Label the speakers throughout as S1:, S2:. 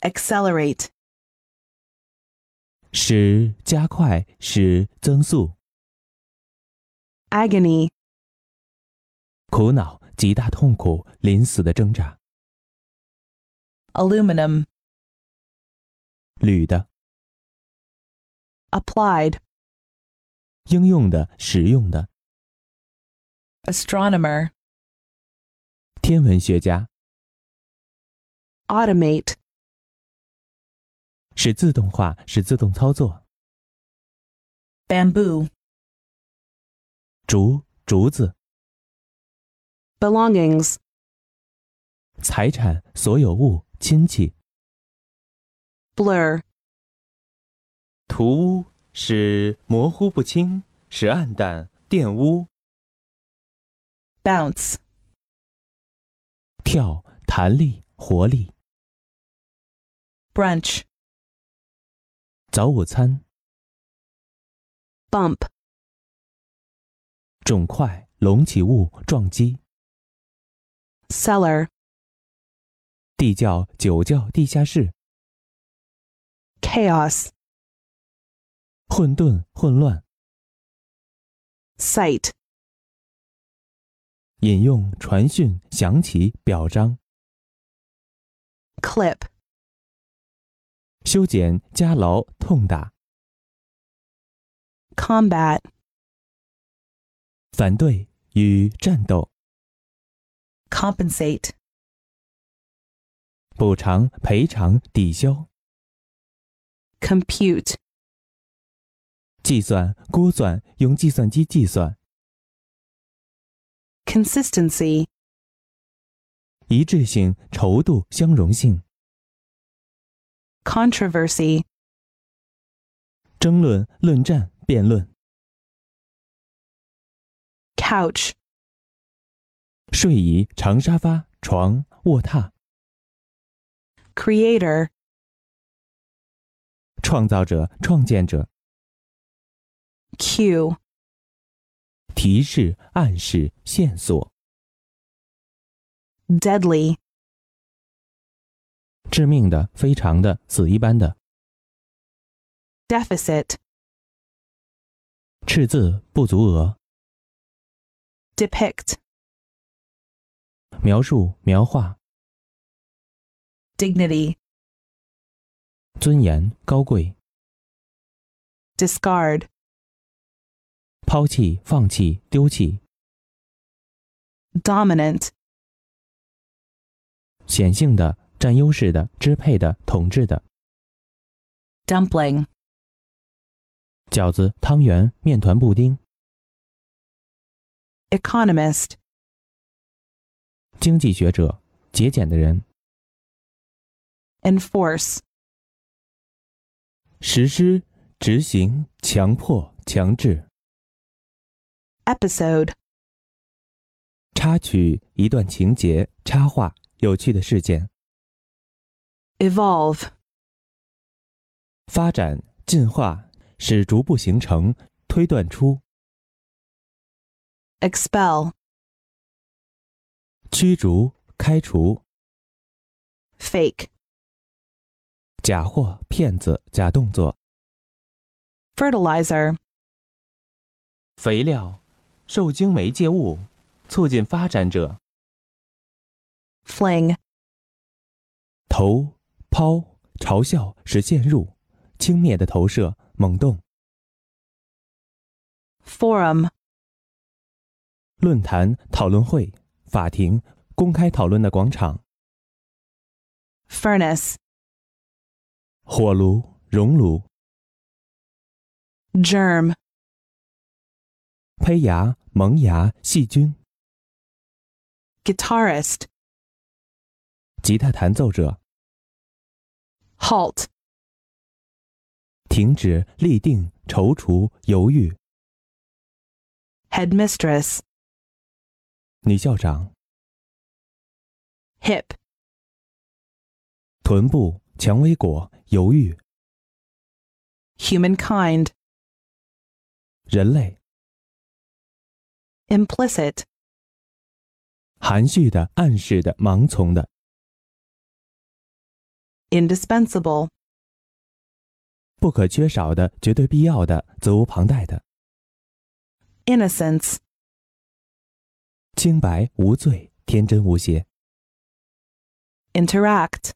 S1: accelerate,
S2: 使加快，使增速。
S1: agony,
S2: 苦恼，极大痛苦，临死的挣扎。
S3: aluminum,
S2: 铝的，
S1: applied,
S2: 应用的，实用的。
S3: astronomer,
S2: 天文学家
S1: automate,
S2: 使自动化，使自动操作。
S3: bamboo,
S2: 竹，竹子，
S1: belongings,
S2: 财产，所有物，亲戚。
S1: blur,
S2: 涂污，使模糊不清，使暗淡，玷污。
S3: bounce,
S2: 跳，弹力，活力。
S3: brunch,
S2: 早午餐，
S1: bump,
S2: 肿块，隆起物，撞击。
S1: cellar,
S2: 地窖、酒窖、地下室，
S1: chaos,
S2: 混沌、混乱。
S1: sight,
S2: 引用、传讯、详起、表彰、
S1: clip,
S2: 修剪、加牢、痛打、
S1: combat,
S2: 反对与战斗、
S3: compensate,
S2: 补偿、赔偿、抵消、
S1: compute,
S2: 计算、估算，用计算机计算、
S1: consistency,
S2: 一致性、稠度、相容性、
S1: controversy,
S2: 争论、论战、辩论、
S1: couch,
S2: 睡椅、长沙发、床、卧榻、
S1: creator,
S2: 创造者、创建者、
S1: cue,
S2: 提示、暗示、线索、
S1: deadly,
S2: 致命的、非常的、死一般的。
S1: deficit,
S2: 赤字、不足额、
S1: depict,
S2: 描述、描画、
S3: dignity,
S2: 尊严、高贵、
S1: discard,
S2: 抛弃、放弃、丢弃、
S1: dominant,
S2: 显性的、占优势的、支配的、统治的、
S3: dumpling,
S2: 饺子、汤圆、面团、布丁、
S1: economist,
S2: 经济学者、节俭的人、
S1: enforce,
S2: 实施、执行、强迫、强制、
S1: episode,
S2: 插曲、一段情节、插画、有趣的事件、
S1: evolve,
S2: 发展、进化，使逐步形成、推断出、
S1: expel,
S2: 驱逐、开除、
S1: fake,
S2: 假货、骗子、假动作。
S1: fertilizer,
S2: 肥料、受精媒介物，促进发展者。
S1: fling,
S2: 投、抛、嘲笑是陷入、轻蔑的投射、猛动。
S1: forum,
S2: 论坛、讨论会、法庭、公开讨论的广场、
S1: furnace,
S2: 火炉、熔炉、
S1: germ,
S2: 胚芽、萌芽、细菌、
S1: guitarist,
S2: 吉他弹奏者、
S1: halt,
S2: 停止、立定、踌躇、犹豫、
S1: headmistress,
S2: 女校长、
S1: hip,
S2: 臀部、蔷薇果、犹豫、
S1: humankind,
S2: 人类、
S1: implicit,
S2: 含蓄的、暗示的、盲从的。
S1: indispensable,
S2: 不可缺少的、绝对必要的、责无旁贷的、
S1: innocence,
S2: 清白无罪、天真无邪、
S1: interact,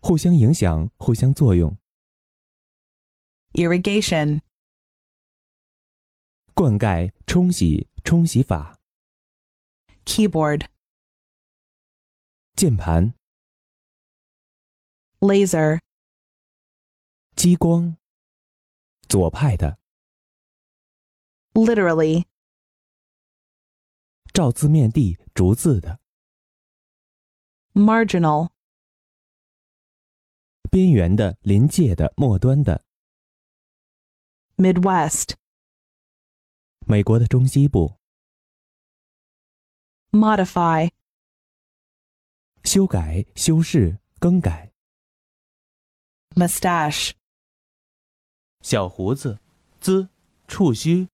S2: 互相影响、互相作用、
S3: irrigation,
S2: 灌溉、冲洗、冲洗法、
S3: keyboard,
S2: 键盘、
S1: laser,
S2: 激光、左派的、
S1: literally,
S2: 照字面地、逐字的、
S1: marginal,
S2: 边缘的、临界的、末端的、
S1: Midwest,
S2: 美国的中西部、
S1: modify,
S2: 修改、修饰、更改、
S3: mustache,
S2: 小胡子、滋、触须、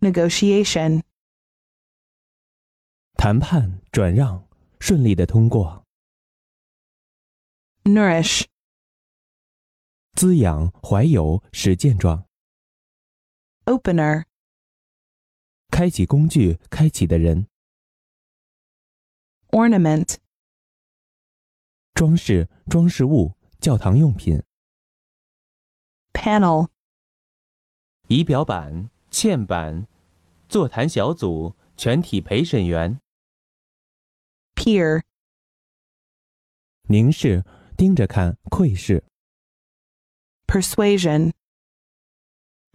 S1: negotiation,
S2: 谈判、转让、顺利的通过、
S1: nourish,
S2: 滋养、怀有、使健壮、
S1: opener,
S2: 开启工具、开启的人、
S1: ornament,
S2: 装饰、装饰物、教堂用品、
S1: panel,
S2: 仪表板、嵌板、座谈小组、全体陪审员。
S1: peer,
S2: 凝视、盯着看、窥视、
S1: persuasion,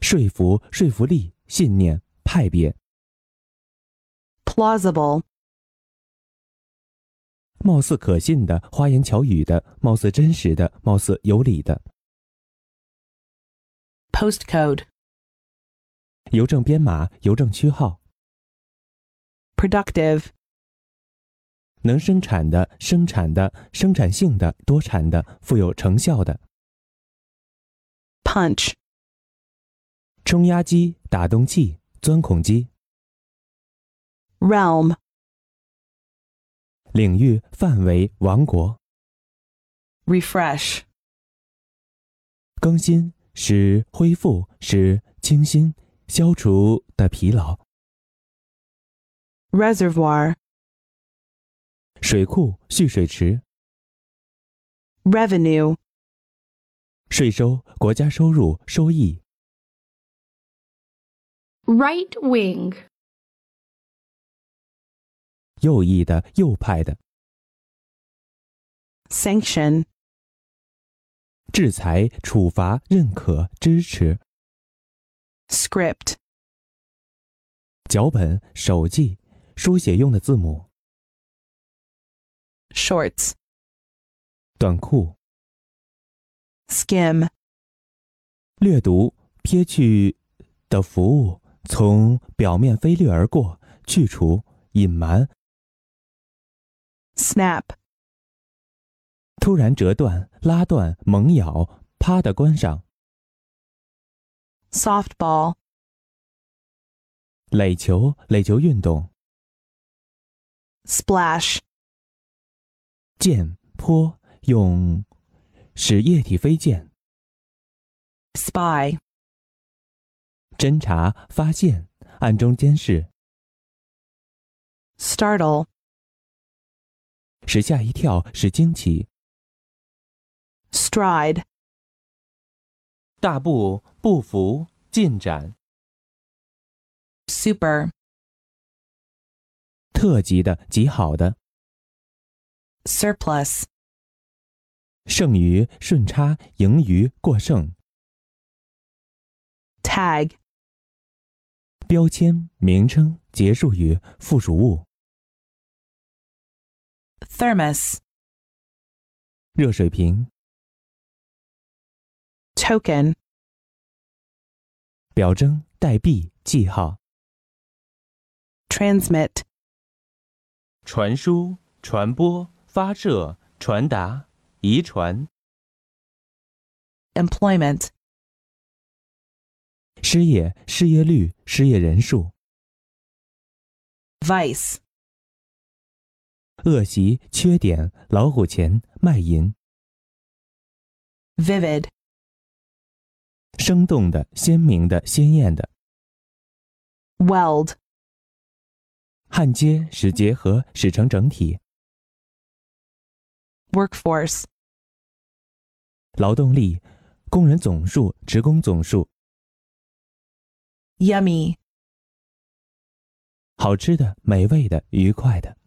S2: 说服、说服力、信念、派别、
S1: plausible,
S2: 貌似可信的、花言巧语的、貌似真实的、貌似有理的、
S3: postcode,
S2: 邮政编码、邮政区号、
S1: productive,
S2: 能生产的、生产的、生产性的、多产的、富有成效的、
S1: punch,
S2: 冲压机、打洞器、钻孔机、
S1: realm,
S2: 领域、范围、王国、
S3: refresh,
S2: 更新、使恢复、使清新、消除的疲劳、
S1: reservoir,
S2: 水库、蓄水池、
S1: revenue,
S2: 税收、国家收入、收益、
S4: Right wing.
S2: 右翼的、右派的、
S1: sanction,
S2: 制裁、处罚、认可、支持、
S1: script,
S2: 脚本、手记、书写用的字母、
S1: shorts,
S2: 短裤、
S1: skim,
S2: 略读、撇去的服务，从表面飞掠而过，去除、隐瞒、
S1: snap,
S2: 突然折断、拉断、猛咬、啪的关上、
S1: softball,
S2: 垒球、垒球运动、
S1: splash,
S2: 溅、泼、用、使液体飞溅。
S1: spy,
S2: 侦查、发现、暗中监视、
S1: startle,
S2: 使吓一跳、使惊奇、
S1: stride,
S2: 大步、步幅、进展、
S3: super,
S2: 特级的、极好的、
S3: surplus,
S2: 剩余、顺差、盈余、过剩、
S1: tag,
S2: 标签、名称、结束语、附属物、
S3: thermos,
S2: 热水瓶、
S1: token,
S2: 表征、代币、记号、
S1: transmit,
S2: 传输、传播、发射、传达、遗传、
S3: employment,
S2: 失业、失业率、失业人数、
S3: vice,
S2: 恶习、缺点、老虎钳、卖淫，
S3: vivid,
S2: 生动的、鲜明的、鲜艳的。
S3: weld,
S2: 焊接使结合，使成整体。
S3: workforce,
S2: 劳动力、工人总数、职工总数。
S3: yummy,
S2: 好吃的、美味的、愉快的。